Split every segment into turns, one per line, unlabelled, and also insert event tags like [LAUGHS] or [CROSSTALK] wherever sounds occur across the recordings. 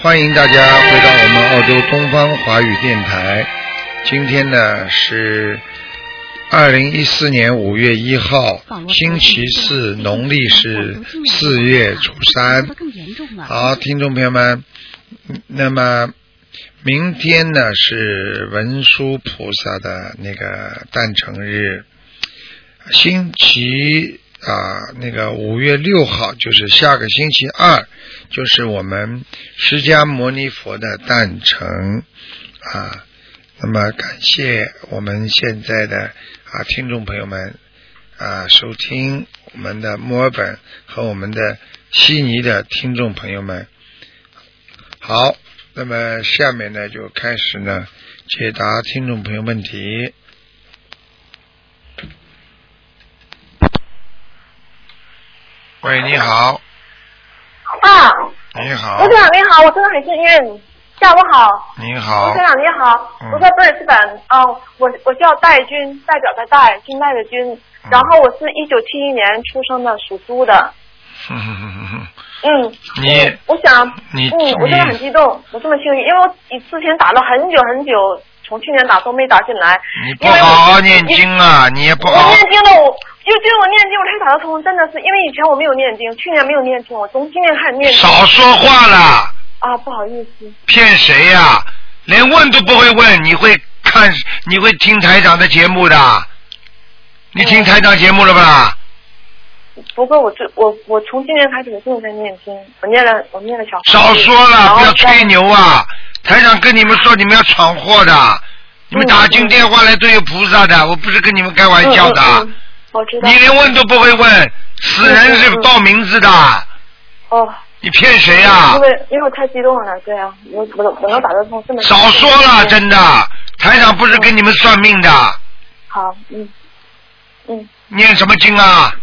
欢迎大家回到我们澳洲东方华语电台。今天呢是二零一四年五月一号，星期四，农历是四月初三。好，听众朋友们，那么明天呢是文殊菩萨的那个诞辰日，星期啊，那个五月六号就是下个星期二，就是我们释迦牟尼佛的诞辰啊。那么感谢我们现在的啊听众朋友们啊收听我们的墨尔本和我们的悉尼的听众朋友们。好，那么下面呢就开始呢解答听众朋友问题。喂，你好，
啊，
你好
卢，科长你好，我真的很幸运。下午好，
你
卢
好 [LAUGHS]
科，长你好，
嗯
我在贝尔斯本啊、我我叫戴军，代表的戴，军代的军，
嗯
然后我是一九七一年出生的，属猪的。嗯，
你
我想，
你
嗯，我真的很
你
激动，我这么幸运，因为我之前打了很久很久，从去年打都没打进来，
你不好好念经啊，你也不
我
好
念经的我，就就我念经，我才打得通，真的是因为以前我没有念经，去年没有念经，我从今年开始念经
少说话了。
啊，不好意思，
骗谁呀、连问都不会问，你会看，你会听台长的节目的？你听台长节目了吧？
不过我最我我从今年开始我就在念经，我念了我念了小
少
房子
说
然
了，
后
不要
再
吹牛啊！台长跟你们说，你们要闯祸的，你们打进电话来都有菩萨的，我不是跟你们开玩笑的。
嗯
啊
嗯嗯嗯我知道。
你连问都不会问，死人是报名字的，
哦，
你骗谁呀、
因为因为我太激动了，对啊，我我我能打得通这么
少说
嗯
了，真的，台长不是跟你们算命的，
好，嗯嗯，
念什么经啊？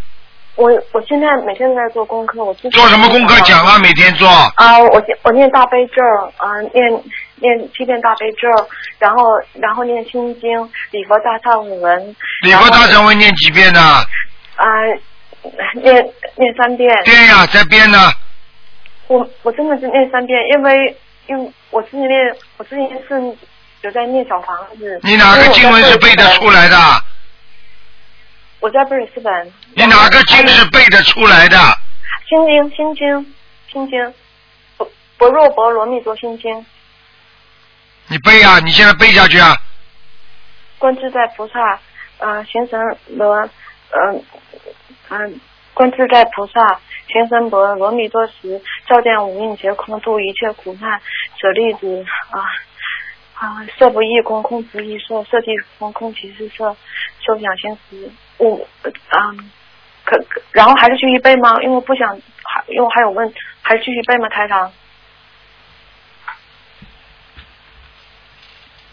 我我现在每天都在做功课，我自己
做什么功课讲啊？每天做。
啊，我念我念大悲咒啊，念念七遍大悲咒，然后然后念心经、礼佛大忏悔文，
礼佛大忏悔念几遍呢？
啊，念念三遍。
对呀、在编呢。
我我真的是念三遍，因为因为我自己念，我之前是有在念小房子。
你哪个经文是背得出来
哦
的？
我在贝尔斯本。
你哪个经是背得出来的？
心经？心经，心经，薄薄若波罗蜜多心经，
你背啊！你现在背下去啊！
观自在菩萨，呃，行深罗，嗯、呃、嗯、观自在菩萨，行深罗罗蜜多时，照见五蕴皆空，度一切苦难，舍利子啊。啊，色不异空，空不异色，色即是空，空即是色，受想行识五啊、可可然后还是继续背吗？因为我不想，还因为我还有问，还是继续背吗？台长，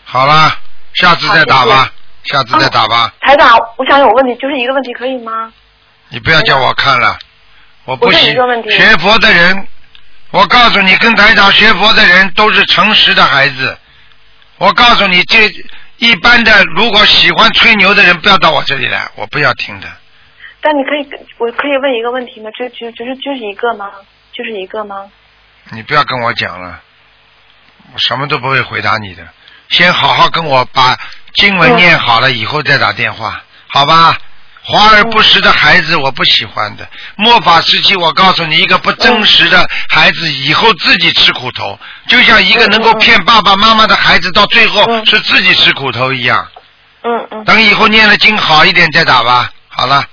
好了，下次再打吧，下次再打吧。
台长，我想有问题，就是一个问题，可以吗？
你不要叫我看了，我不
我问
喜
你个问题
学佛的人。我告诉你，跟台长学佛的人都是诚实的孩子。我告诉你，这一般的，如果喜欢吹牛的人，不要到我这里来，我不要听的。
但你可以，我可以问一个问题吗？就就就是就是一个吗？就是一个吗？
你不要跟我讲了，我什么都不会回答你的。先好好跟我把经文念好了，以后再打电话，好吧？华而不实的孩子我不喜欢的。末法时期，我告诉你，一个不真实的孩子以后自己吃苦头，就像一个能够骗爸爸妈妈的孩子，到最后
嗯
是自己吃苦头一样。
嗯嗯
等以后念了经好一点再打吧。好了，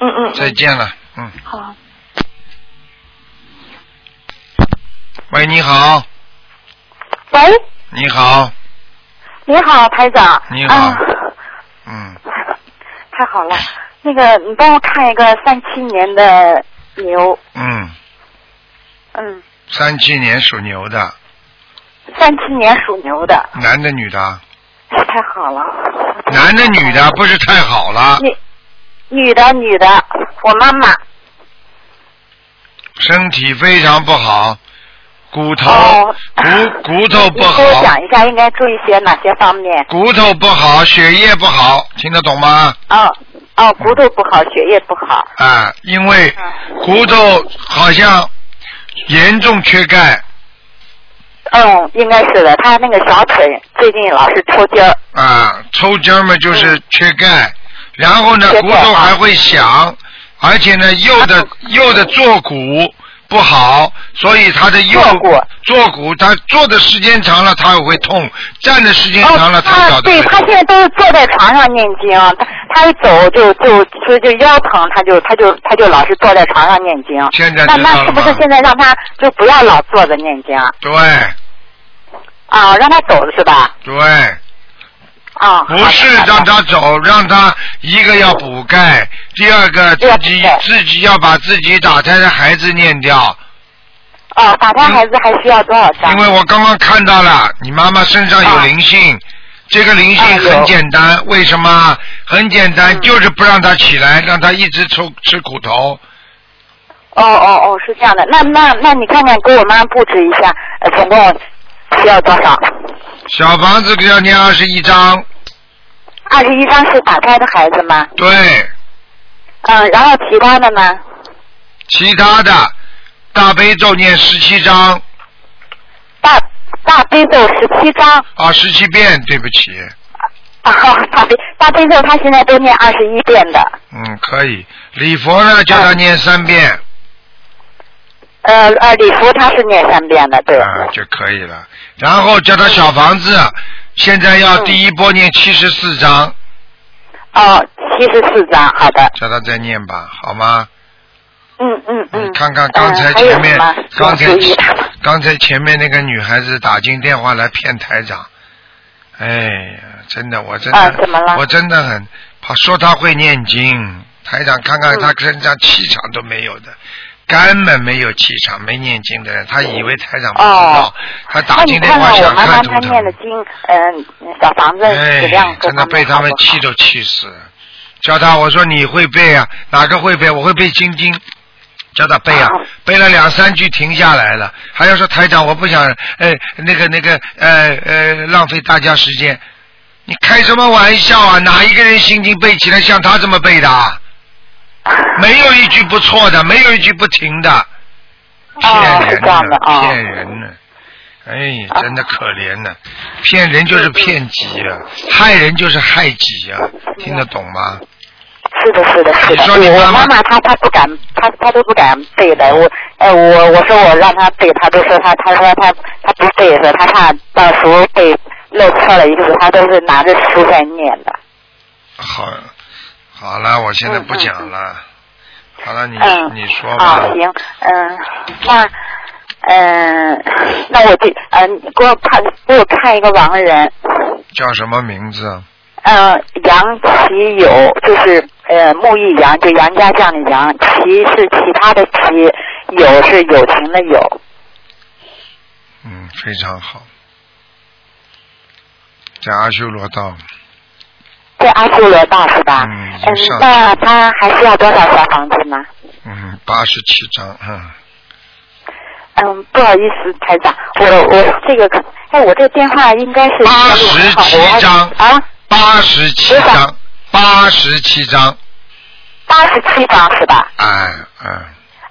嗯嗯，
再见了。嗯，
嗯好，
喂，你好，
喂，
你好，
你好，台长。
你好
啊 [LAUGHS]
嗯，
太好了，那个你帮我看一个三七年的牛，
嗯，
嗯，
三七年属牛的。
三七年属牛的， [LAUGHS]
男的女的？
太好了。
男的女的？啊不是太好了，
女女的女的，我妈妈。
身体非常不好，骨头、
哦
骨骨头
你
不
给我
好
讲，一下应该注意些哪些方面？
骨头不好，血液不好，听得懂吗？
哦
嗯
哦，骨头不好，血液不好。
啊，因为
嗯
骨头好像严重缺钙，
嗯，应该是的，他那个小腿最近老是抽筋儿。
啊，抽筋儿嘛就是缺钙，然后呢
嗯缺
骨
钙
头
啊
还会响，而且呢右的右的坐骨不好，所以他的右
坐骨
坐骨他坐的时间长了他也会痛，站的时间长了
哦，
他搞
他
得
对
会
他
痛
现在都是坐在床上念经，啊他他一走就就就就腰疼，他就他就他就老是坐在床上念经。
现在
那
知道
那
了
是不
吗
是现在让他就不要老坐着念经啊？
对
让他走了是吧？
对，
啊、
不
好的
是
好的
让他走，让他一个要补钙，第二个自己
要补钙
自己要把自己打胎的孩子念掉。
哦，打胎孩子还需要多少张？
因为我刚刚看到了你妈妈身上有灵性，这个灵性很简单，为什么？很简单，就是不让她起来，让她一直抽吃苦头。
哦哦哦，是这样的，那那那你看看给我妈布置一下，呃，总共需要多少？
小房子要念二十一章，
二十一张是打胎的孩子吗？
对，
嗯，然后其他的呢？
其他的大悲咒念十七章
大大悲咒十七张，
啊，十七遍，对不起，
啊，大悲大悲咒他现在都念二十一遍的，
嗯，可以。礼佛呢，叫她念三遍
呃呃，礼服他是念三遍的，对，
啊就可以了，然后叫她小房子，现在要
嗯
第一波念七十四章，
哦，七十四张，好的，
叫她再念吧，好吗？
嗯嗯
你
嗯。
看看
嗯
刚才
还有
前面
什么，
刚才
要注意
刚才前面那个女孩子打进电话来骗台长，哎呀，真的，我真的，
啊怎么了
我真的很怕说她会念经，台长看看
嗯
她身上气场都没有的。根本没有气场，没念经的人，她以为台长不知道
哦，
她
那
打
你
进电
看
话
看我
想
妈妈
看图
她念的
腾。
经，嗯、小房子质量
哎，
各
真的
方面
被他
好
们
不好
气都气死了。叫他，我说你会背啊？哪个会背？我会背心经。叫他背啊
啊，
背了两三句停下来了，还要说台长我不想，呃，那个那个，呃呃，浪费大家时间。你开什么玩笑啊？哪一个人心经背起来像他这么背的啊？没有一句不错的，没有一句不停的，骗
哦，是
人
这样的啊。
骗人呢。哎，真的可怜呢、骗人就是骗己啊，害人就是害己啊，听得懂吗？
是的，是的，是
你
的。
说你
我
妈哦
我
妈
妈妈她她不敢，她她都不敢背的。我呃我我说我让她背，她都说她她说她她不背的，她怕到时候背漏错了一个字，她都是拿着书在念的。
好，好了，我现在不讲了。好了，你
嗯，
你说吧
啊，。行，嗯，那。嗯，那我这嗯，给我看给我看一个亡人，
叫什么名字？
呃，杨其友就是呃木易杨，就杨家将的杨，其是其他的其，友是友情的友。
嗯，非常好。在阿修罗道，
这阿修罗道是吧？
嗯已
嗯
经上，
那他还需要多少小房子呢？
嗯，八十七章，嗯，
嗯，不好意思，台长，我我这个可，哎，我这电话应该是
87张
啊，
八十七
多少
章，八十七章，
八十七张是吧？
哎，嗯，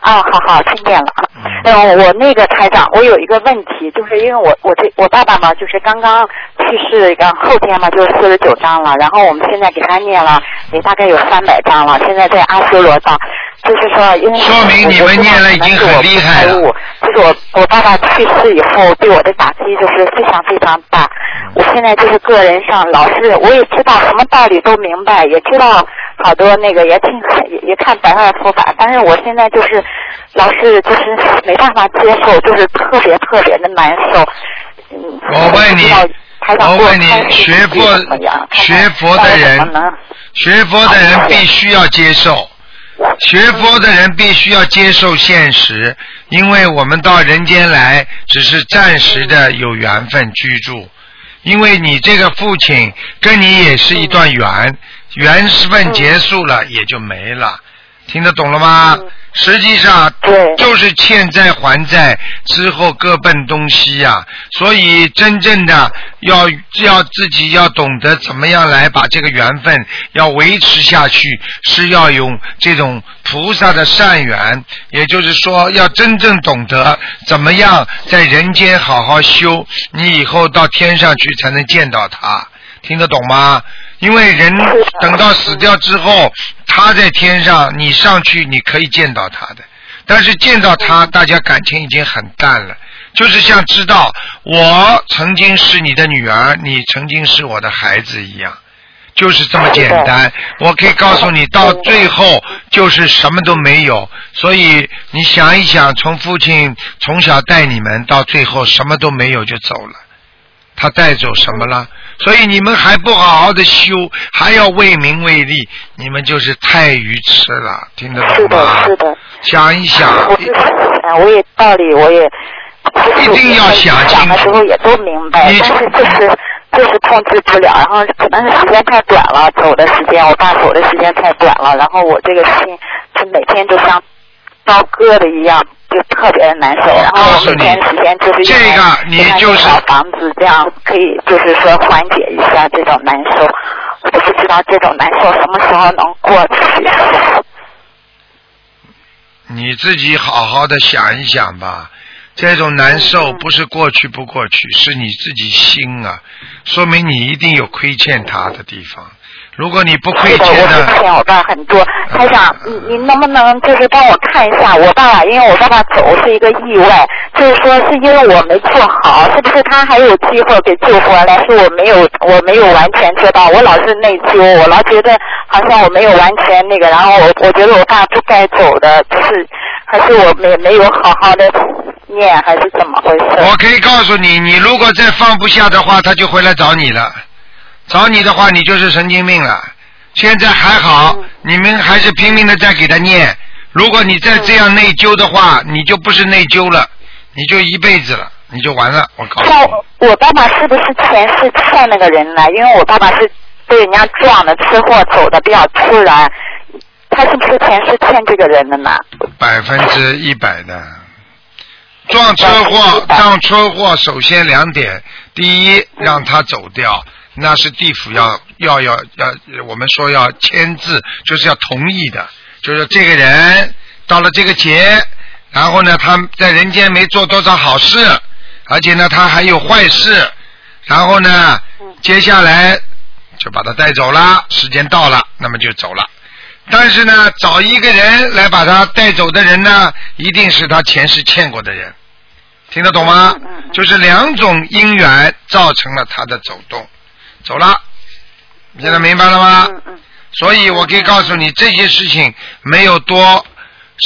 啊，好好，听见了啊
嗯。
嗯，我那个台长，我有一个问题，就是因为我我这我爸爸嘛，就是刚刚去世，然后后天嘛就是四十九章了，然后我们现在给他念了也大概有三百章了，现在在阿修罗道。就是说，因为
说明你们念了已经很厉害了
我可能是我不开悟就是我我爸爸去世以后对我的打击就是非常非常大。
嗯
我现在就是个人上老是，我也知道什么道理都明白，也知道好多那个也听也也看白话佛法，但是我现在就是老是就是没办法接受，就是特别特别的难受。嗯，
我问你
不知道台长
我
给
问你
开示
学
怎么
佛
样
学
看看
佛的
让我怎
人
么能
学佛的人必须要接受，学佛的人必须要接受现实，因为我们到人间来只是暂时的有缘分居住，因为你这个父亲跟你也是一段缘，缘分结束了也就没了。听得懂了吗？
嗯
实际上
对
就是欠债还债之后各奔东西呀、所以真正的要要自己要懂得怎么样来把这个缘分要维持下去，是要用这种菩萨的善缘，也就是说要真正懂得怎么样在人间好好修，你以后到天上去才能见到他。听得懂吗？因为人
是的
等到死掉之后，他在天上，你上去你可以见到他的，但是见到他，大家感情已经很淡了。就是像知道我曾经是你的女儿，你曾经是我的孩子一样，就是这么简单。我可以告诉你，到最后就是什么都没有。所以你想一想，从父亲从小带你们到最后什么都没有就走了。他带走什么了？所以你们还不好好的修，还要为名为利，你们就是太愚痴了，听得
是
懂
的
吗？，
是的，
想一想，
我知道，哎我也道理我也，
一定要想清楚
想的时候也都明白
你，
但是就是就是控制不了，然后可能是时间太短了，走的时间，我爸走的时间太短了，然后我这个心就每天就像刀割的一样，就特别难受。
我
然
告
后
诉
我每
你
天时间就是用来
这个你
给他
就是
小房子，这样可以就是说缓解一下这种难受。我都不知道这种难受什么时候能过去。
你自己好好的想一想吧。这种难受
嗯
不是过去不过去，是你自己心啊，说明你一定有亏欠他的地方。如果你不亏嗯
是的，我
欠
是
的，
欠我爸很多。台长，你你能不能就是帮我看一下我爸爸？因为我爸爸走是一个意外，就是说是因为我没做好，是不是他还有机会给救活来？是我没有，我没有完全做到，我老是内疚，我老觉得好像我没有完全那个，然后我我觉得我爸不该走的，就是还是我没没有好好的念，还是怎么回事？
我可以告诉你，你如果再放不下的话，他就回来找你了。找你的话，你就是神经病了。现在还好，你们还是拼命的在给他念。如果你再这样内疚的话，你就不是内疚了，你就一辈子了，你就完了。我告诉
像
你，
我爸爸是不是前世欠那个人呢？因为我爸爸是被人家撞的，车祸走的比较突然，他是不是前世欠这个人的呢？
百分之一百的。撞车祸，
100%
撞车祸，首先两点，第一，让他走掉，那是地府要要要要，我们说要签字，就是要同意的，就是这个人到了这个节，然后呢，他在人间没做多少好事，而且呢，他还有坏事，然后呢，接下来就把他带走了，时间到了，那么就走了。但是呢，找一个人来把他带走的人呢，一定是他前世欠过的人，听得懂吗？
嗯嗯嗯
就是两种因缘造成了他的走动，走了，现在明白了吗？
嗯嗯，
所以我可以告诉你，这些事情没有多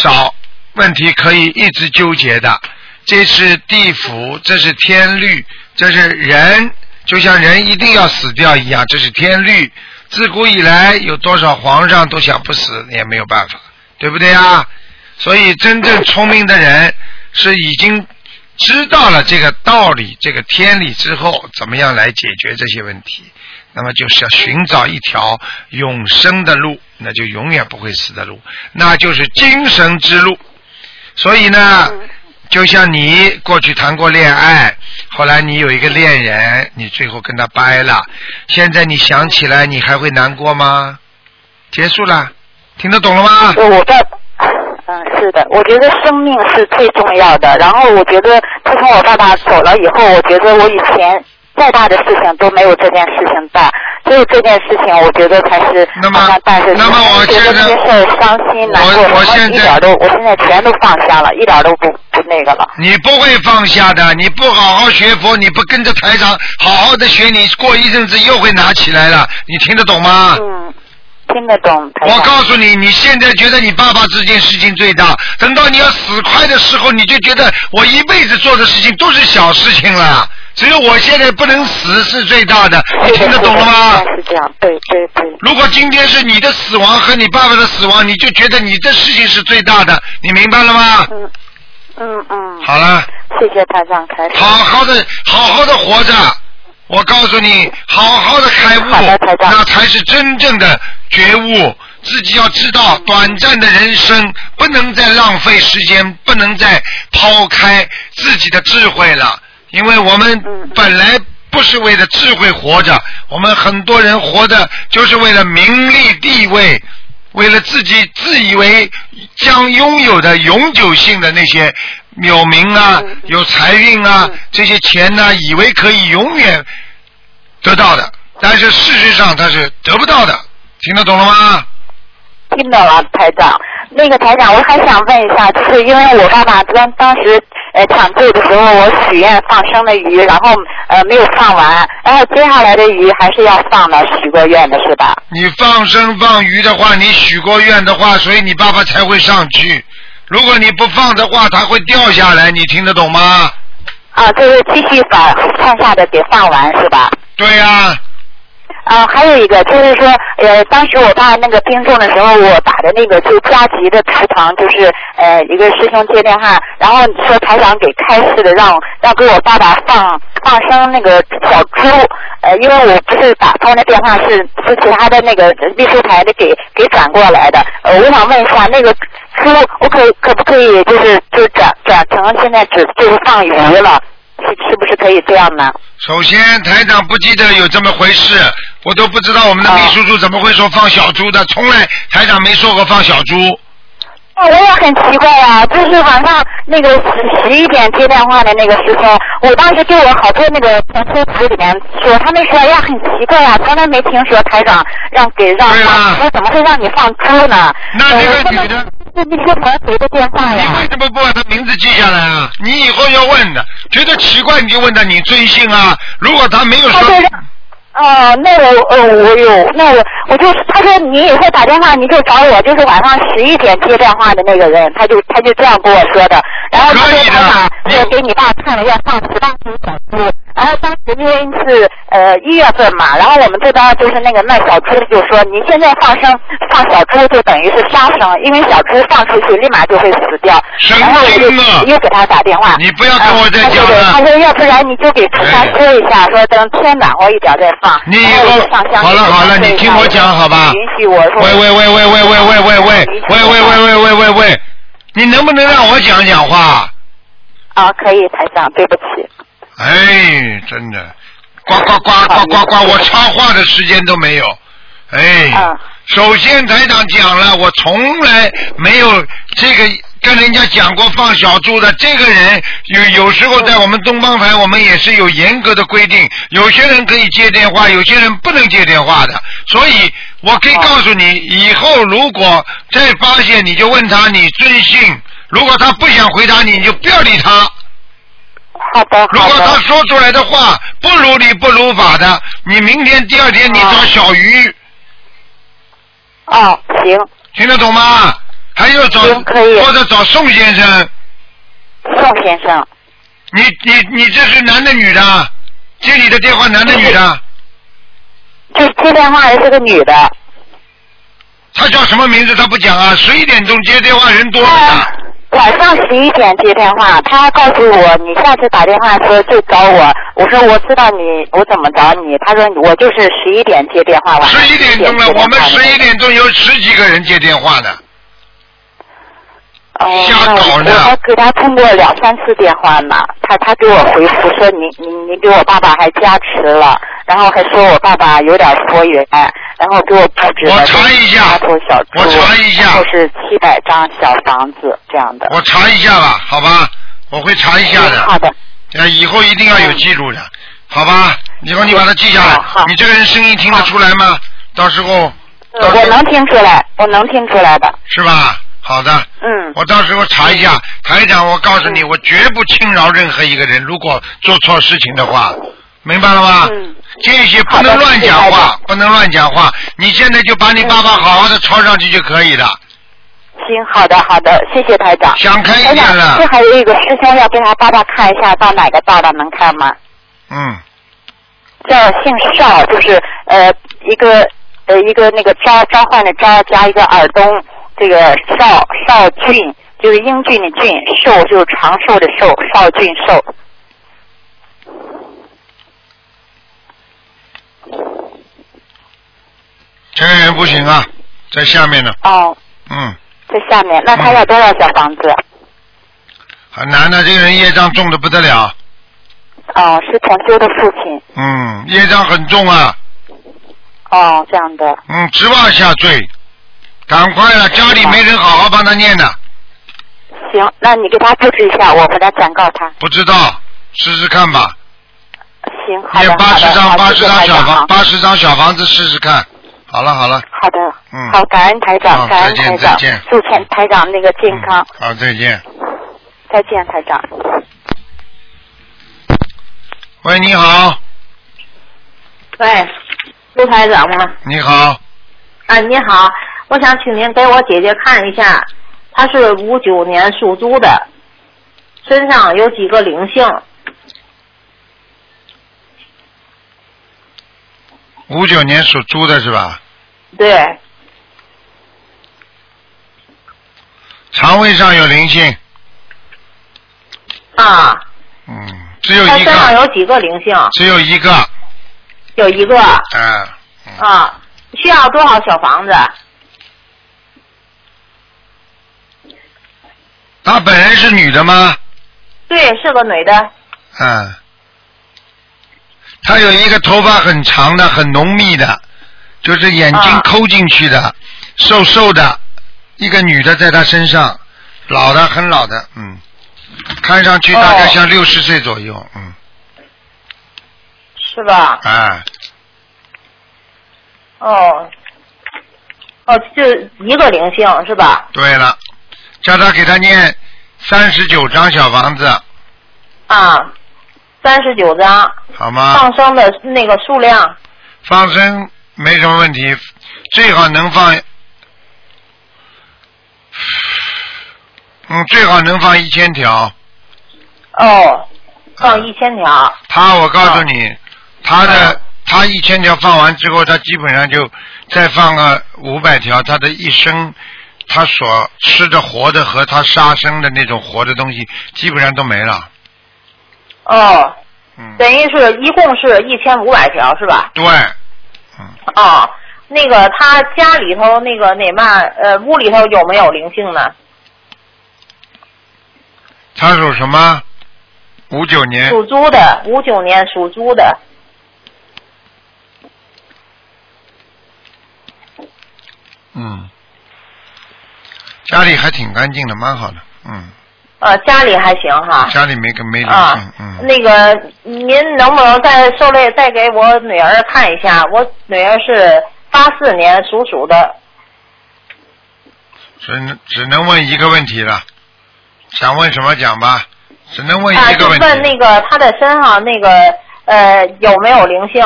少问题可以一直纠结的。这是地府，这是天律，这是人，就像人一定要死掉一样，这是天律。自古以来，有多少皇上都想不死，也没有办法，对不对啊？所以，真正聪明的人是已经知道了这个道理、这个天理之后，怎么样来解决这些问题。那么就是要寻找一条永生的路，那就永远不会死的路，那就是精神之路。所以呢，就像你过去谈过恋爱，后来你有一个恋人，你最后跟他掰了，现在你想起来，你还会难过吗？结束了，听得懂了吗？
对我爸。嗯，是的，我觉得生命是最重要的。然后我觉得，自从我爸爸走了以后，我觉得我以前再大的事情都没有这件事情大，只有这件事情，我觉得才是
那么
慢慢大事情。
那么我
觉得
现在
这些事儿伤心难过，
我我
什么
现在
一点儿都，我现在全都放下了，一点儿都不不那个了。
你不会放下的，你不好好学佛，你不跟着台长好好的学，你过一阵子又会拿起来了，你听得懂吗？ [LAUGHS]
嗯，听得懂。台长
我告诉你，你现在觉得你爸爸这件事情最大，等到你要死快的时候，你就觉得我一辈子做的事情都是小事情了。只有我现在不能死是最大的，
嗯
你听得懂了吗
是？的是的是这样，对对对，
如果今天是你的死亡和你爸爸的死亡，你就觉得你的事情是最大的，你明白了吗？
嗯嗯嗯，
好了，
谢谢台长开始。
好好的，好好的活着。我告诉你，好好的开悟
好的台，长
那才是真正的觉悟。自己要知道，短暂的人生不能再浪费时间，不能再抛开自己的智慧了，因为我们本来不是为了智慧活着，我们很多人活着就是为了名利地位，为了自己自以为将拥有的永久性的那些有名啊、有财运啊这些钱呢、以为可以永远得到的，但是事实上它是得不到的，听得懂了吗？
听懂了，台长。那个台长，我还想问一下，就是因为我爸爸当当时呃抢救的时候，我许愿放生的鱼，然后呃没有放完，然后接下来的鱼还是要放的，许过愿的是吧？
你放生放鱼的话，你许过愿的话，所以你爸爸才会上去。如果你不放的话，它会掉下来，你听得懂吗？
啊，就是继续把剩下的给放完是吧？
对呀、
啊，还有一个就是说，呃，当时我爸那个病重的时候，我打的那个就加急的祠堂，就是呃一个师兄接电话，然后说台长给开示的，让让给我爸爸放放生那个小猪，呃，因为我不是打通的电话是是其他的那个秘书台的给给转过来的，呃，我想问一下那个猪，我可可不可以就是就转转成现在只就是放鱼了，是是不是可以这样呢？
首先，台长不记得有这么回事，我都不知道我们的秘书处怎么会说放小猪的，从来台长没说过放小猪。
啊，我也很奇怪啊，就是晚上那个十十一点接电话的那个师兄，我当时给我好多那个同修组里面说，他们说哎呀很奇怪啊，从来没听说台长让给让
对啊
放猪，怎么会让你放猪呢？
那
呃
这个
我根本
女的，
那那些朋友谁的电话
你为
呀？
什么不把她名字记下来啊？你以后要问的，觉得奇怪你就问她，你追星啊？如果她没有
他
说
就，让。哦，那我呃我有，那我我就他说你以后打电话你就找我，就是晚上十一点接电话的那个人，他就他就这样跟我说的。然后他
可
说
以的
他
你
把我给你爸看了要放十八只小猪，然后当时因为是呃一月份嘛，然后我们这边就是那个卖小猪的就说你现在放生放小猪就等于是杀生，因为小猪放出去立马就会死掉。
神
然后我就
经啊
又给他打电话，
你不要跟我再
嗯
讲了
他说要不然你就给菩萨说一下，说等天暖和一点再
哎
放。
你以
然
后
我就上香
好了好了，你听我讲好吧？
允许我说。
喂喂喂喂喂喂喂喂喂喂喂喂喂喂喂，你能不能让我讲讲话？
啊，可以，台长，对不起。
哎，真的，呱呱呱呱呱呱，我插话的时间都没有。哎，
嗯
首先台长讲了，我从来没有这个跟人家讲过放小猪的。这个人有有时候在我们东方台，我们也是有严格的规定，有些人可以接电话，有些人不能接电话的。所以我可以告诉你，以后如果再发现，你就问他你尊姓。如果他不想回答你，你就不要理他。
好的，
如
好
果他
的。
说出来的话不如理不如法的，你明天第二天你找小鱼，
哦，行，
听得懂吗？还有找
行可以
或者找宋先生，
宋先生，
你你你这是男的女的？接你的电话男的女的？
就接电话的是个女的。
哎他叫什么名字？他不讲啊。十一点钟接电话人多着呢。
她晚上十一点接电话，她还告诉我你下次打电话说就找我。我说我知道你，我怎么找你？她说我就是十一点接电话，晚上
十一点钟了，
接电
我们
话
十一点钟有十几个人接电话的。
哦，
瞎搞呢
我还给他通过两三次电话呢，他他给我回复说你你你给我爸爸还加持了，然后还说我爸爸有点佛缘，然后给我布置了
我查一下
八头小猪，
我查一下
然后是七百张小房子这样的。
我查一下吧，好吧，我会查一下
嗯好的，
呃，以后一定要有记录的，好吧？以后你把它记下来
好好。
你这个人声音听得出来吗？到时候，到
我
时候
能听出来，我能听出来的。
是吧？好的，
[LAUGHS] 嗯，
我到时候查一下。台长，我告诉你，我绝不轻饶任何一个人，如果做错事情的话，明白了吗？
嗯
这些不能
好的
乱讲
明白
话
了，
不能乱讲话。你现在就把你爸爸好好的抄上去就可以了。
嗯行，好的好的，谢谢台长。
想开一
台
点
长，
了
这，还有一个师兄要给他爸爸看一下，到哪个爸爸能看吗？
嗯，
叫姓邵，就是呃一个呃一个那个召召唤的召加一个耳东，这个邵邵俊就是英俊的俊，寿就是长寿的寿，邵俊寿。
这个人不行啊，在下面呢。
哦，
嗯，
在下面，那他要多少小房子？
很难的，这个人业障重的不得了，
哦，是同修的父亲。
嗯，业障很重啊，
哦，这样的。
嗯，直往下坠，赶快
嗯
了，家里没人好好帮他念的，
行，那你给他布置一下，我给他转告他。
不知道，试试看吧，
行，好的，好的，
念八十张，
好
八
谢
十
谢
张
台
小
长啊
房，八十张小房子试试看，好了好了，
好的，
嗯
好，感恩台
好
长，感恩
再见
台长
再见，
祝全台长那个健
嗯
康，
好，再见。
再见，台长。
喂，你好，
喂，陆台长吗？
你好，
啊，你好，我想请您给我姐姐看一下，她是五九年属猪的，身上有几个灵性？
五九年属猪的是吧？
对，
肠胃上有灵性，
啊，
嗯，只有
她
一
身上
个，
有几个灵性？
只有一个，
有一个
啊，嗯
啊，需要多少小房子？
她本人是女的吗？
对，是个女的。
嗯，她有一个头发很长的、很浓密的，就是眼睛
啊
抠进去的，瘦瘦的，一个女的在她身上，老的很老的，嗯，看上去大概
哦
像六十岁左右，嗯，
是吧？
啊，
哦，哦，就一个灵性是吧？
对了，叫她给她念三十九张小房子，
啊，三十九张，
好吗？
放生的那个数量
放生没什么问题，最好能放，嗯，最好能放一千条。
哦，放一千条。
他，我告诉你，他的
嗯
他一千条放完之后，他基本上就再放个五百条，他的一生。他所吃的活的和他杀生的那种活的东西，基本上都没了。
哦，
嗯，
等于是一共是一千五百条是吧？
对，嗯，
哦，那个他家里头那个那嘛呃屋里头有没有灵性呢？
他属什么？五九年，
属猪的，五九年属猪的，
嗯，家里还挺干净的，蛮好的，嗯。
呃家里还行哈。
家里没跟没灵
啊
性，，嗯，
那个您能不能再受累再给我女儿看一下？我女儿是八四年属鼠的，
只能只能问一个问题了，想问什么讲吧，只能问
啊，
一
就
个问
问
题
那。个她的身上那个呃有没有灵性？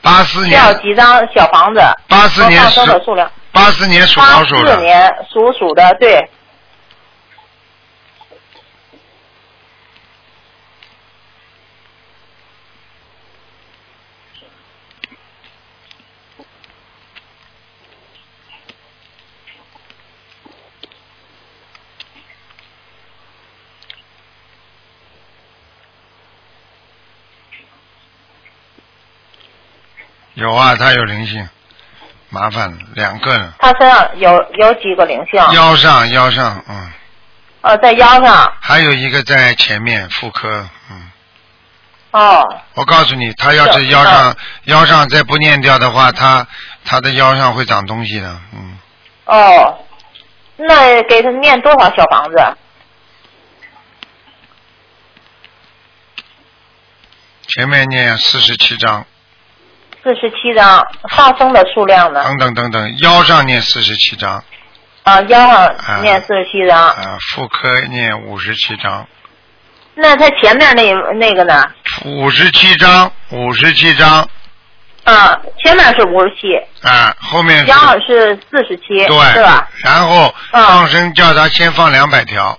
八四
需要
年，
几张小房子？
八四年
和放生的
属
数量。
八四年属老鼠
八四
的，
年属鼠的，对，
有啊，他有灵性，麻烦了，两个人，
他身上有有几个灵性？
腰上腰上，嗯，
呃，在腰上。
还有一个在前面妇科，嗯，
哦
我告诉你，他要是
是啊
腰上腰上再不念掉的话，他他的腰上会长东西的，嗯，
哦，那给他念多少小房子？
前面念四十七章，
四十七张，放生的数量呢？
等等等等，腰上念四十七章。
啊，腰上念四十七张。
啊，妇科念五十七章，
那他前面那那个呢？
五十七章，五十七章
啊，前面是五十七，
啊，后面
腰上
是
是四十七，
对，
是吧？？
然后
嗯
放生叫他先放两百条，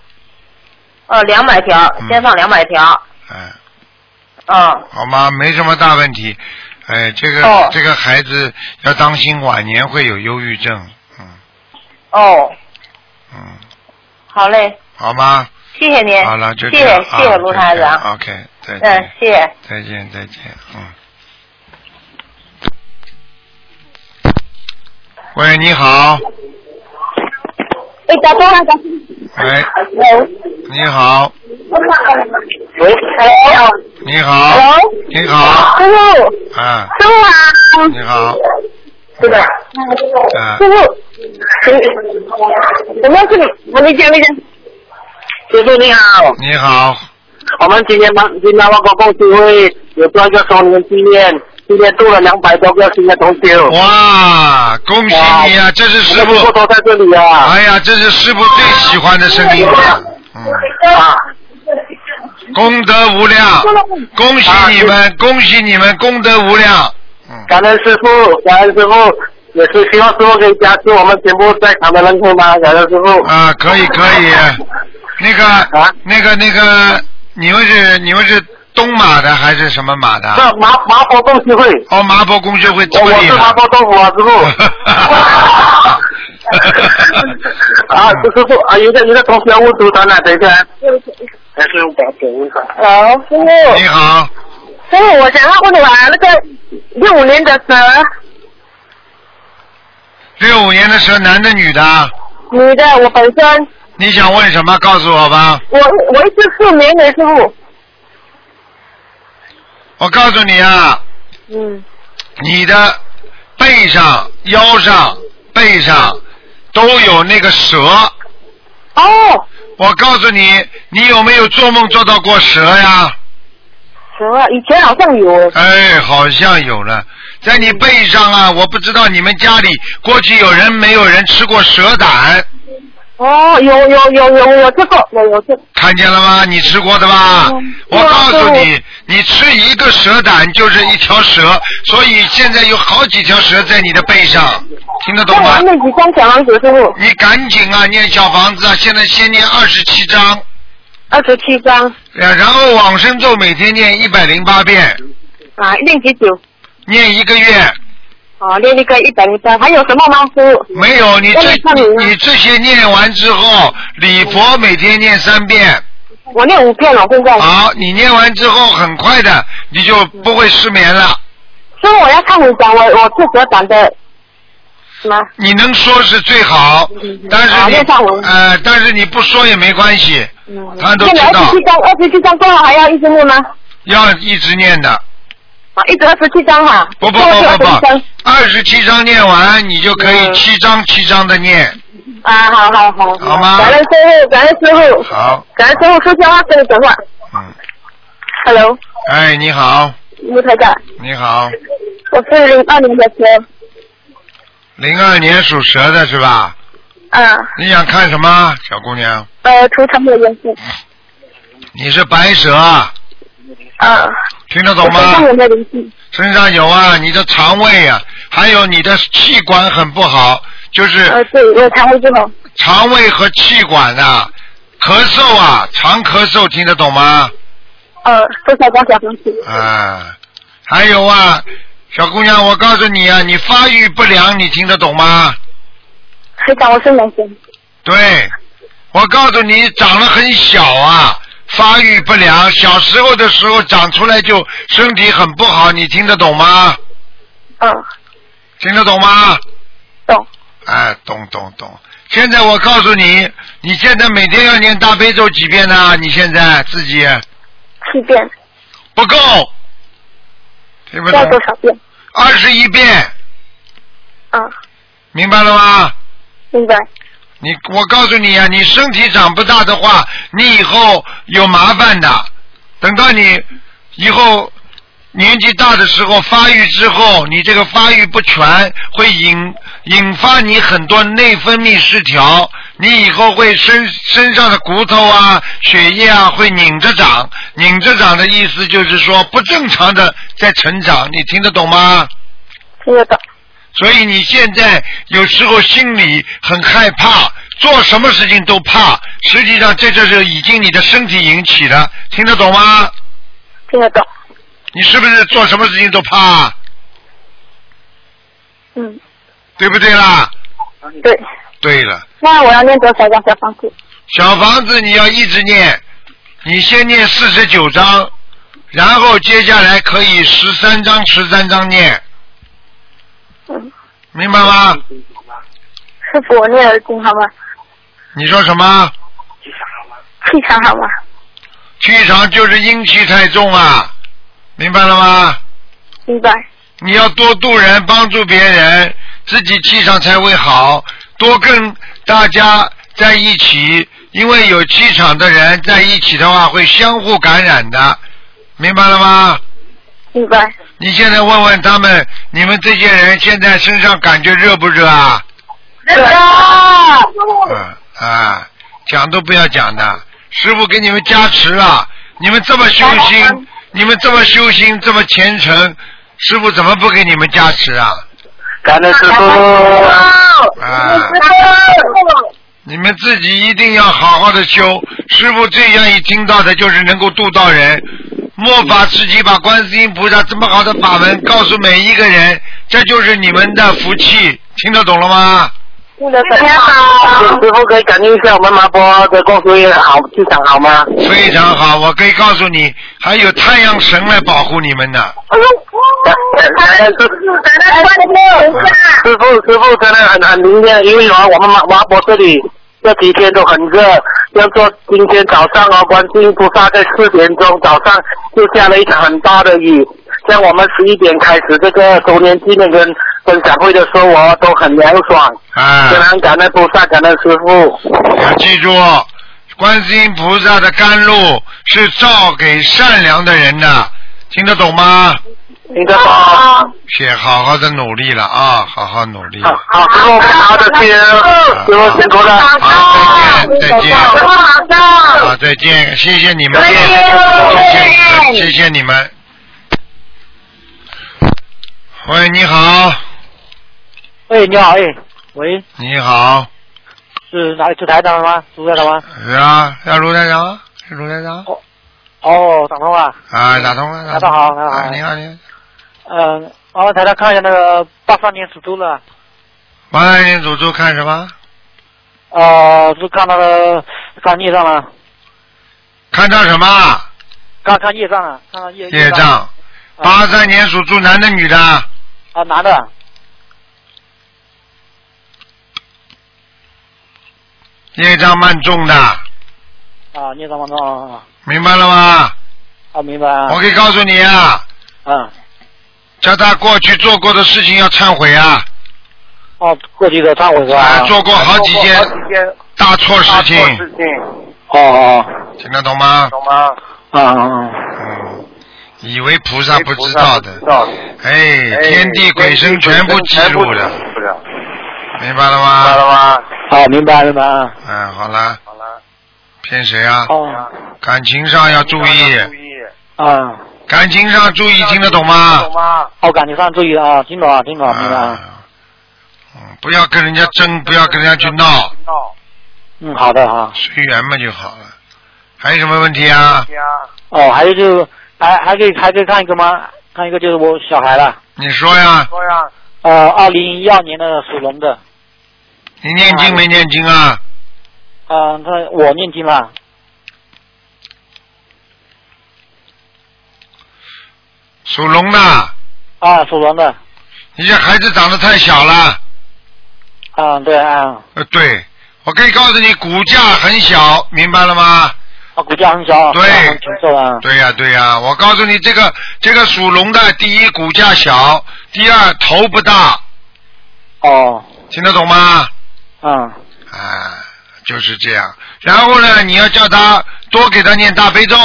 呃，两百条，
嗯
先放两百条。
哎，
嗯，
好吗？没什么大问题，哎，这个、
哦
这个孩子要当心晚年会有忧郁症，嗯
哦，
嗯，
好嘞，
好吗？
谢谢您。
好了，就这
谢谢
样
谢谢
啊
卢
就
台
这样
长。
，OK，再见。
嗯，谢谢。
再见，再见，嗯。喂，你好，
哎，打通了，打通
喂，
了。
哎你好，
喂，喂，
你好，你好，
师傅，
啊，
师傅啊，
你好，
对的，
啊
师，傅，我们是我们家那个
师傅你好，
你好，
我们今天帮今天万国共聚会有做一个周年纪念，今天度了两百多个新的同修，
哇，恭喜你啊，这是
我
师
们
傅，
都在这里啊，
哎呀，这是师傅最喜欢的声音，嗯，
啊，
功德无量，恭喜你们，恭喜你们，功德无量，嗯，
感恩师傅，感恩师傅，也是希望师傅可以加持我们全部在场的人可吗？感恩师傅。
啊，可以可以，那
啊
个那个那个，你们是你们是东马的还是什么马的？啊
这麻麻婆豆聚会，
哦，麻婆公学会这
我
么
我
厉
是麻
害。。
婆豆腐啊，师傅啊，师傅啊，有个有个同学问朱丹呢，等一下啊。还是我点问他。
呃
老师傅，
你好，
师傅，我想要问我那个六五年的蛇，
六五年的蛇，男的女的？
女的，我本身
你想问什么？告诉我吧。
我我一直失眠的师傅，
我告诉你啊，
嗯，
你的背上、腰上、背上都有那个蛇。
哦，
我告诉你，你有没有做梦做到过蛇呀？
蛇啊，以前好像有，
哎，好像有了，在你背上啊！我不知道你们家里过去有人没有人吃过蛇胆，
哦，有有有有有这个，有有这个，
看见了吗？你吃过的吧？
嗯
我告诉你，你吃一个蛇胆就是一条蛇，所以现在有好几条蛇在你的背上，听得懂
但我
吗
还？没几张小王子师傅，
你赶紧啊，念小房子啊！现在先念二十七章，
二十七张
然然后往生咒每天念一百零八遍，
啊，练几久？
念一个月。
啊，练那个一百零三，还有什么吗，师傅？
没有，你这
那你看你呢
你你这些念完之后，礼佛每天念三遍，
我练五遍了，现在。
好，你念完之后很快的，你就不会失眠了。
师傅，我要看你讲我我是蛇胆的，什么？
你能说是最好，但
嗯好
是
那上嗯
你
文
呃，但是你不说也没关系，他都
现
知
在二
道
十七，张，二十七张过后还要一直念吗？
要一直念的。
啊，一直二十七张哈。
不不
过后
不
就
不
27张
不，二十七章念完，你就可以
嗯
七章七章的念，
啊，好好好。
好吗
感恩师傅，感恩师傅，
好，
感恩师傅说电话跟你讲话。
嗯，
Hello，
哎，你好，
卢台长，
你好，
我是零二年的蛇，
零二年属蛇的是吧？
啊，
你想看什么，小姑娘？
呃，图腾的颜色，
你是白蛇啊，
啊，
听得
我
懂
身上
吗？
有没有灵性？
身上有啊，你的肠胃啊，还有你的气管很不好，就是
呃，对，我肠胃不好，
肠胃和气管啊，咳嗽啊，常咳嗽，听得懂吗？
呃，多少张小房子？
啊，还有啊，小姑娘，我告诉你啊，你发育不良，你听得懂吗？
台长，我是男生，
对，我告诉你，长得很小啊，发育不良，小时候的时候长出来就身体很不好，你听得懂吗？
嗯，
听得懂吗？
懂，
哎，懂懂懂。现在我告诉你，你现在每天要念大悲咒几遍呢？你现在自己
七遍，
不够，听不
要
懂？
多少遍？
二十一遍，
啊，
明白了吗？
明白。
你，我告诉你啊，你身体长不大的话，你以后有麻烦的。等到你以后年纪大的时候，发育之后，你这个发育不全会引引发你很多内分泌失调，你以后会身身上的骨头啊、血液啊会拧着长，拧着长的意思就是说不正常的在成长，你听得懂吗？
听得懂，
所以你现在有时候心里很害怕，做什么事情都怕，实际上这就是已经你的身体引起的，听得懂吗？
听得懂，
你是不是做什么事情都怕，
嗯，
对不对啦？
对。
对了，
那我要念多少张小房子？
小房子你要一直念，你先念四十九章，然后接下来可以十三章十三章念，
嗯，
明白吗？
师傅，我念的经好吗？
你说什么？
气场好吗？
气场就是阴气太重啊，明白了吗？
明白。
你要多度人，帮助别人，自己气场才会好。多跟大家在一起，因为有气场的人在一起的话，会相互感染的，明白了吗？
明白。
你现在问问他们，你们这些人现在身上感觉热不热啊？
热。
嗯啊，讲都不要讲的，师傅给你们加持了，你们这么修心，你们这么修心，这么虔诚，师傅怎么不给你们加持啊？
感恩师傅。
啊！你们自己一定要好好的修。师傅最愿意听到的就是能够度到人。末法时期，把观世音菩萨这么好的法门告诉每一个人，这就是你们的福气。听得懂了吗？
听得懂。
师傅可以感应一下我们麻波的供水好气场好吗？
非常好，我可以告诉你，还有太阳神来保护你们呢。
师傅，师傅真的很很明亮，因为啊，我们麻麻婆这里这几天都很热，要说今天早上啊，观世音菩萨在四点钟早上就下了一场很大的雨，像我们十一点开始这个周年纪念跟分享会的时候，我都很凉爽。
啊！
非常感恩菩萨，感恩师傅。
要记住，观世音菩萨的甘露是照给善良的人的，听得懂吗？
你的好，
先好好的努力了啊，好好努力。
好，好，师傅好的，谢谢，师傅辛苦了。
好，再见，再见。好，再见，谢谢你们，谢谢，谢谢你们。喂，你好。
喂，你好，哎，喂，
你好。
是哪里？是台长吗？卢台长吗？
是啊，是卢台长，是卢台长。
哦，哦，打通了。
啊，打通了。啊
台长好，台长好。
你好，你好。
嗯，麻烦台长看一下那个八三年属猪的。
八三年属猪看什么？
呃，是看那个看业障了。
看到什么？
看看业障了，看看业
业
障。嗯
八三年属猪，男的女的？
啊，男的。
业障蛮重的。
啊，业障蛮重。
明白了吗？
啊，明白。
我可以告诉你啊。
嗯。
叫他过去做过的事情要忏悔啊！
哦，过去的忏悔是吧？
啊，做过好几件大错事情。
事情。
哦哦。
听得懂吗？
懂吗？
啊嗯。
嗯，以为菩萨不知道的，哎，天地鬼神全部记录的，明白了吗？
明白了吗？
好，明白明白啊。
嗯，好啦。
好啦。
骗谁啊？
哦。
感情上要注意。
啊。
感情上注意，听得懂吗？
懂吗？
哦，感情上注意了啊，听懂啊，听懂啊，明白啊。
嗯，不要跟人家争，不要跟人家去闹，
闹。
嗯，好的哈。
随缘嘛就好了。还有什么问题啊？
哦，还有就是还还可以还可以看一个吗？看一个就是我小孩了。
你说呀，
说呀。
呃，二零一二年的属龙的。
你念经没念经啊？
啊、他我念经了。
属龙的。
啊，属龙的。
你这孩子长得太小了。
啊，对啊。
呃，对，我可以告诉你，骨架很小，明白了吗？
啊，骨架很小。
对
啊很挺瘦啊。
对呀、对呀、我告诉你，这个这个属龙的，第一骨架小，第二头不大，
哦，
听得懂吗？
嗯，
啊，就是这样。然后呢，你要叫他多给他念大悲咒，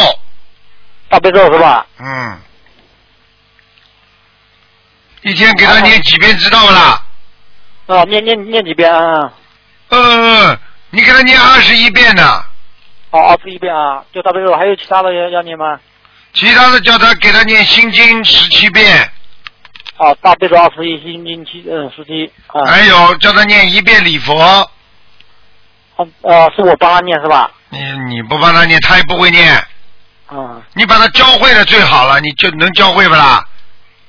大悲咒是吧？
嗯，一天给他念几遍，知道不啦？
啊，念念念几遍啊？
嗯，你给他念二十一遍呢，
哦，二十一遍啊，就大悲咒，还有其他的要要念吗？
其他的叫他给他念心经十七遍，
哦，大悲咒二十一，心经七，嗯，十七啊。
还有哎叫他念一遍礼佛。
啊，呃，是我帮他念是吧？
你你不帮他念，他也不会念。
嗯，
你把他教会了最好了，你就能教会不啦？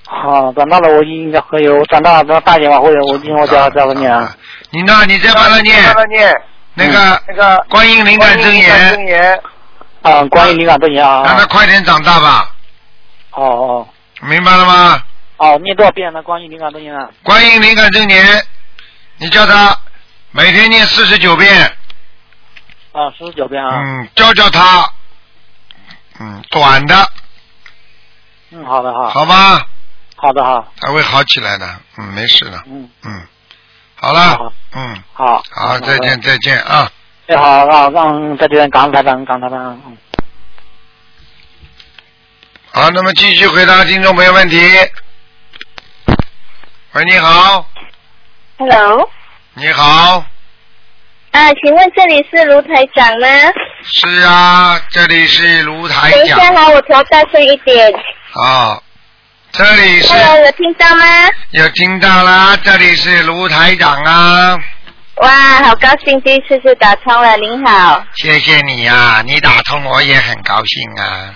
好，长大了我应该会有，长大了大一点吧，会有，我一定会教教他念啊。
你呢？你再帮他念
慢念。
那个
那个
观音灵感真言，
言。
啊，关于灵感这些啊。
让他快点长大吧，
哦哦
明白了吗？
哦，念多少遍呢？关于灵感这些啊？
观音灵感真言，你叫他每天念四十九遍，
啊，四十九遍啊。
嗯，教教他，嗯，短的，
嗯，好的哈，
好吗？
好的哈，
他会好起来的，嗯，没事的，
嗯，
嗯，好了
好，
嗯，
好。
好，
嗯
再见，。再见啊。
哎，好，让让在这边感恩台长，感恩台长。嗯
好，那么继续回答听众朋友问题。喂，你好，
Hello，
你好，
啊，请问这里是卢台长吗？
是啊，这里是卢台
等一
讲
下哈，我调大声一点。
啊，这里是
Hello，有听到吗？
有听到啦，这里是卢台长啊，
哇，好高兴第一次是打通了，您好。
谢谢你呀、啊，你打通我也很高兴啊。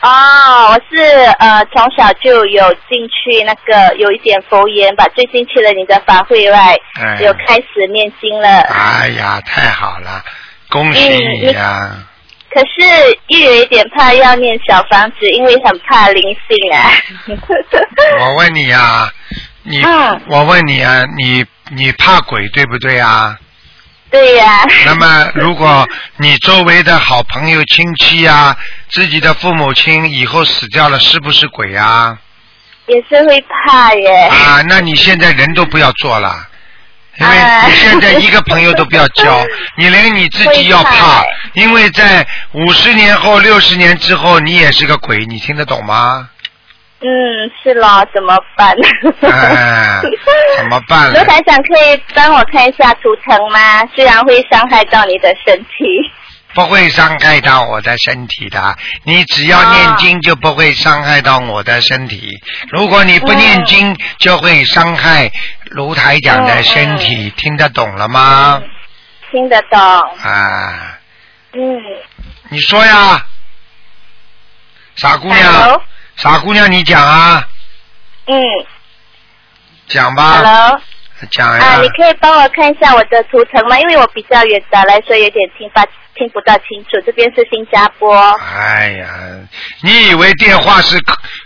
哦，我是呃从小就有进去那个有一点佛缘吧，最近去了你的法会外，
哎
有开始念经了。
哎呀，太好了，恭喜你呀、啊！
可是又有一点怕要念小房子，因为很怕灵性啊。
我问你呀、啊，你、
嗯
我问你啊，你你怕鬼对不对啊？
对呀、
那么如果你周围的好朋友、亲戚啊，自己的父母亲以后死掉了，是不是鬼啊？
也是会怕耶。
啊，那你现在人都不要做了。因为
哎
你现在一个朋友都不要
[LAUGHS]
交，你连你自己要怕
会怕，
因为在五十年后、六十年之后，你也是个鬼，你听得懂吗？
嗯，是咯，怎么办？ [LAUGHS]
哎，怎么办呢
罗？台长可以帮我看一下图腾吗？虽然会伤害到你的身体。
不会伤害到我的身体的，你只要念经就不会伤害到我的身体。如果你不念经，就会伤害卢台长的身
哦
体，听得懂了吗？
听得懂，
啊，
嗯，
你说呀，傻姑娘
Hello？，
傻姑娘，你讲啊，
嗯
讲吧，
，Hello，
讲啊哎呀
啊，你，可以帮我看一下我的图腾吗？因为我比较远打来，所以有点听不听不大清楚。这边是新加坡，
哎呀，你以为电话是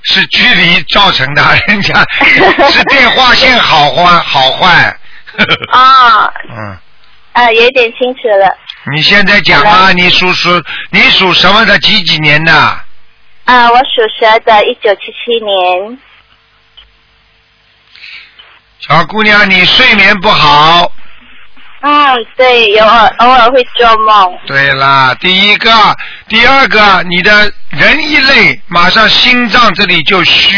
是距离造成的， [LAUGHS] 人家是电话线好坏好坏。
啊
哦，
[LAUGHS] 嗯，
啊，有点清楚了，
你现在讲啊，你属属你属什么的？几几年的？
啊，我属蛇的，一九七七年，
小姑娘，你睡眠不好。
嗯，对，有偶偶尔会做梦，
对啦，第一个，第二个，你的人一累，马上心脏这里就虚，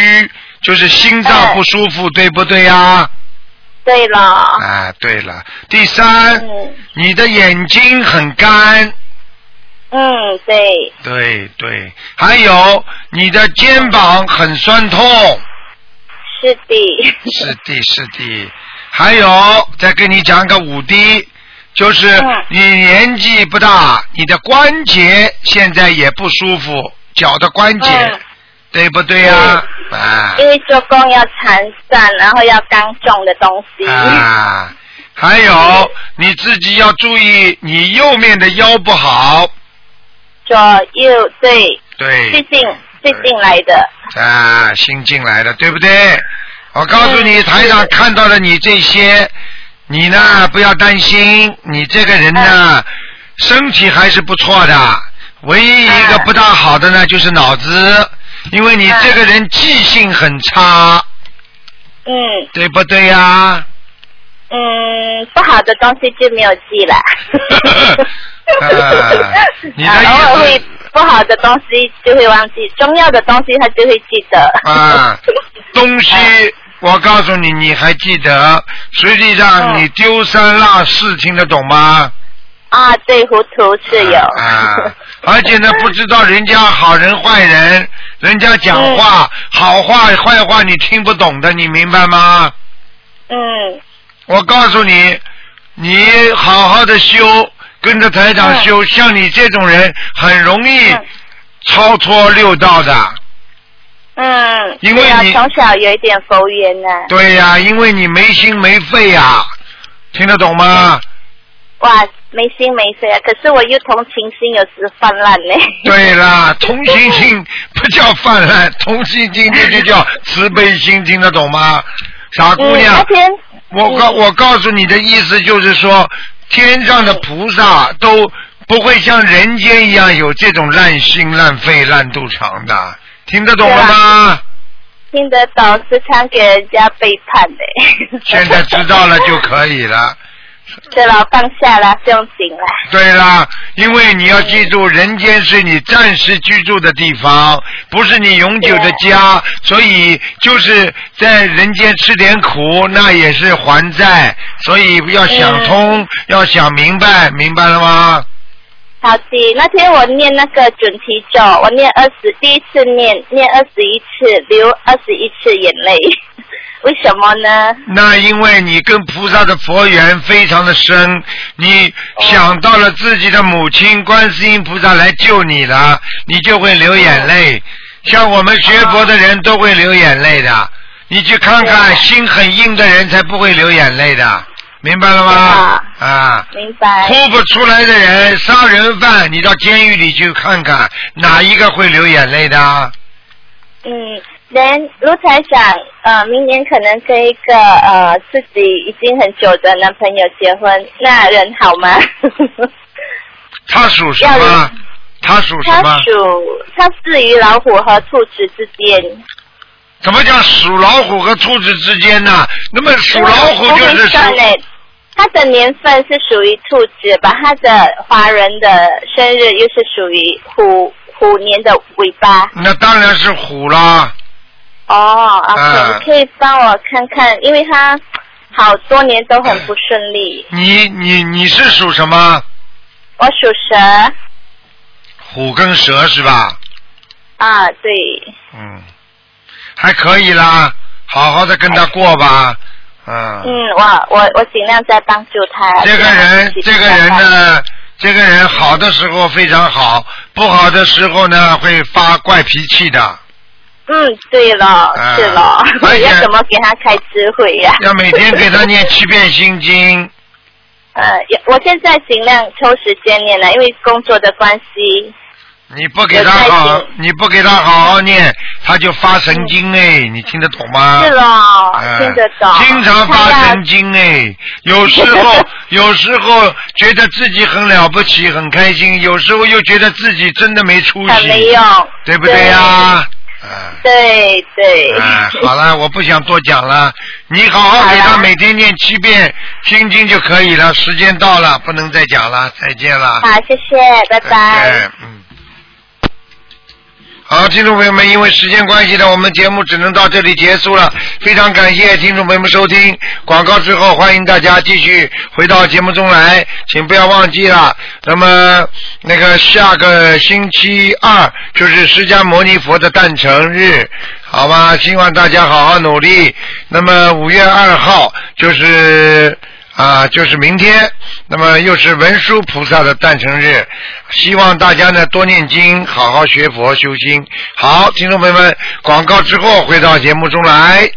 就是心脏
哎
不舒服，对不对呀？
对了，
啊，对了，第三，
嗯
你的眼睛很干，
嗯，对，
对对，还有你的肩膀很酸痛，
是的，
是的，是的，还有再跟你讲个五 D，就是
嗯
你年纪不大，你的关节现在也不舒服，脚的关节，
嗯
对不对呀、啊？
因为做工要缠散，然后要刚重的东西。
啊，还有你自己要注意，你右面的腰不好，
左右对，
对，
最近最近来的，
啊，新进来的，对不对？我告诉你，台长看到了你这些，你呢不要担心，你这个人呢，
哎
身体还是不错的，唯一一个
嗯
不大好的呢就是脑子，因为你这个人记性很差，
嗯
对不对呀、
[LAUGHS] 嗯，不好的东西就没有记了。
[LAUGHS] 啊你的
啊
意思
[LAUGHS] 偶尔会不好的东西就会忘记，重要的东西他就会记得。
啊，东西，
哎
我告诉你，你还记得，实际上
嗯
你丢三落四，听得懂吗？
啊，对，糊涂 [LAUGHS] 是有。
啊，而且
[LAUGHS]
呢，不知道人家好人坏人，人家讲
嗯
话、好话坏话你听不懂的，你明白吗？
嗯
我告诉你，你好好的修，跟着台长修，像你这种人很容易
嗯
超脱六道的。
嗯，
因为
对啊
你
从小有一点佛缘呢、
对呀、因为你没心没肺呀、听得懂
嗯
吗？
哇，没心没肺啊！可是我又同情心有时泛滥嘞。
对
[LAUGHS]
啦，同情心不叫泛滥，同情心这就叫慈悲心，听得懂吗？傻姑
嗯，
娘
那，天
我告我告诉你的意思就是说，天上的菩萨都不会像人间一样有这种烂心、烂肺、烂肚肠的，听得懂了吗？
听得懂，时常给人家背叛的。
现在知
[LAUGHS]
道了就可以了。
对了，放下了，不用紧了。
对啦，因为你要记住，人间是你暂时居住的地方，不是你永久的家，所以就是在人间吃点苦，那也是还债，所以要想通，要想明白，明白了吗？
好的，那天我念那个准提咒，我念二十，第一次念念二十一次，流二十一次眼泪，为什么呢？
[LAUGHS] 那因为你跟菩萨的佛缘非常的深，你想到了自己的母亲观世音菩萨来救你了，你就会流眼泪。像我们学佛的人都会流眼泪的，你去看看心很硬的人才不会流眼泪的，明白了吗？啊，
明白。
哭不出来的人，杀人犯，你到监狱里去看看，哪一个会流眼泪的？
嗯，连卢台长，呃，明年可能跟一个呃自己已经很久的男朋友结婚，那人好吗？
他属什
要
么
人？
他属什
他
么？
属他是于老虎和兔子之间，
怎么叫属老虎和兔子之间呢？那么属老虎
我
就
很
是属
算嘞。他的年份是属于兔子吧？他的华人的生日又是属于虎虎年的尾巴。
那当然是虎啦。
哦，OK，、
嗯
你可以帮我看看，因为他好多年都很不顺利。
你你你是属什么？
我属蛇
虎跟蛇是吧？
啊，对，
嗯，还可以啦，好好的跟他过吧。嗯，
嗯，我我我尽量再帮助他。
这个人这个人呢，这个人好的时候非常好，不好的时候呢会发怪脾气的。
嗯，对了，
嗯
是了
而，
我
且
[LAUGHS] 要怎么给他开智慧呀、
要每天给他念七遍心经，
呃，也我现在尽量抽时间念了，因为工作的关系。
你不给他
有
好
耐心，
你不给他好好念，他就发神经哎，你听得懂吗？
嗯是了，
哎
听得懂。
经常发
他要
神经哎，有时
啊
候 [LAUGHS] 有时候觉得自己很了不起，很开心，有时候又觉得自己真的没出
很
息，
没用，
对不对呀、啊？
对对。
啊，好了，我不想多讲了。你好好给
好
他
了
每天念七遍心经就可以了。时间到了，不能再讲了，再见了。
好，谢谢，拜拜。
哎，嗯。好，听众朋友们，因为时间关系呢，我们节目只能到这里结束了。非常感谢听众朋友们收听广告之后，欢迎大家继续回到节目中来，请不要忘记了。那么，那个下个星期二就是释迦牟尼佛的诞辰日，好吧？希望大家好好努力。那么五月二号就是啊，就是明天，那么又是文殊菩萨的诞辰日，希望大家呢多念经，好好学佛修心。好，听众朋友们，广告之后回到节目中来。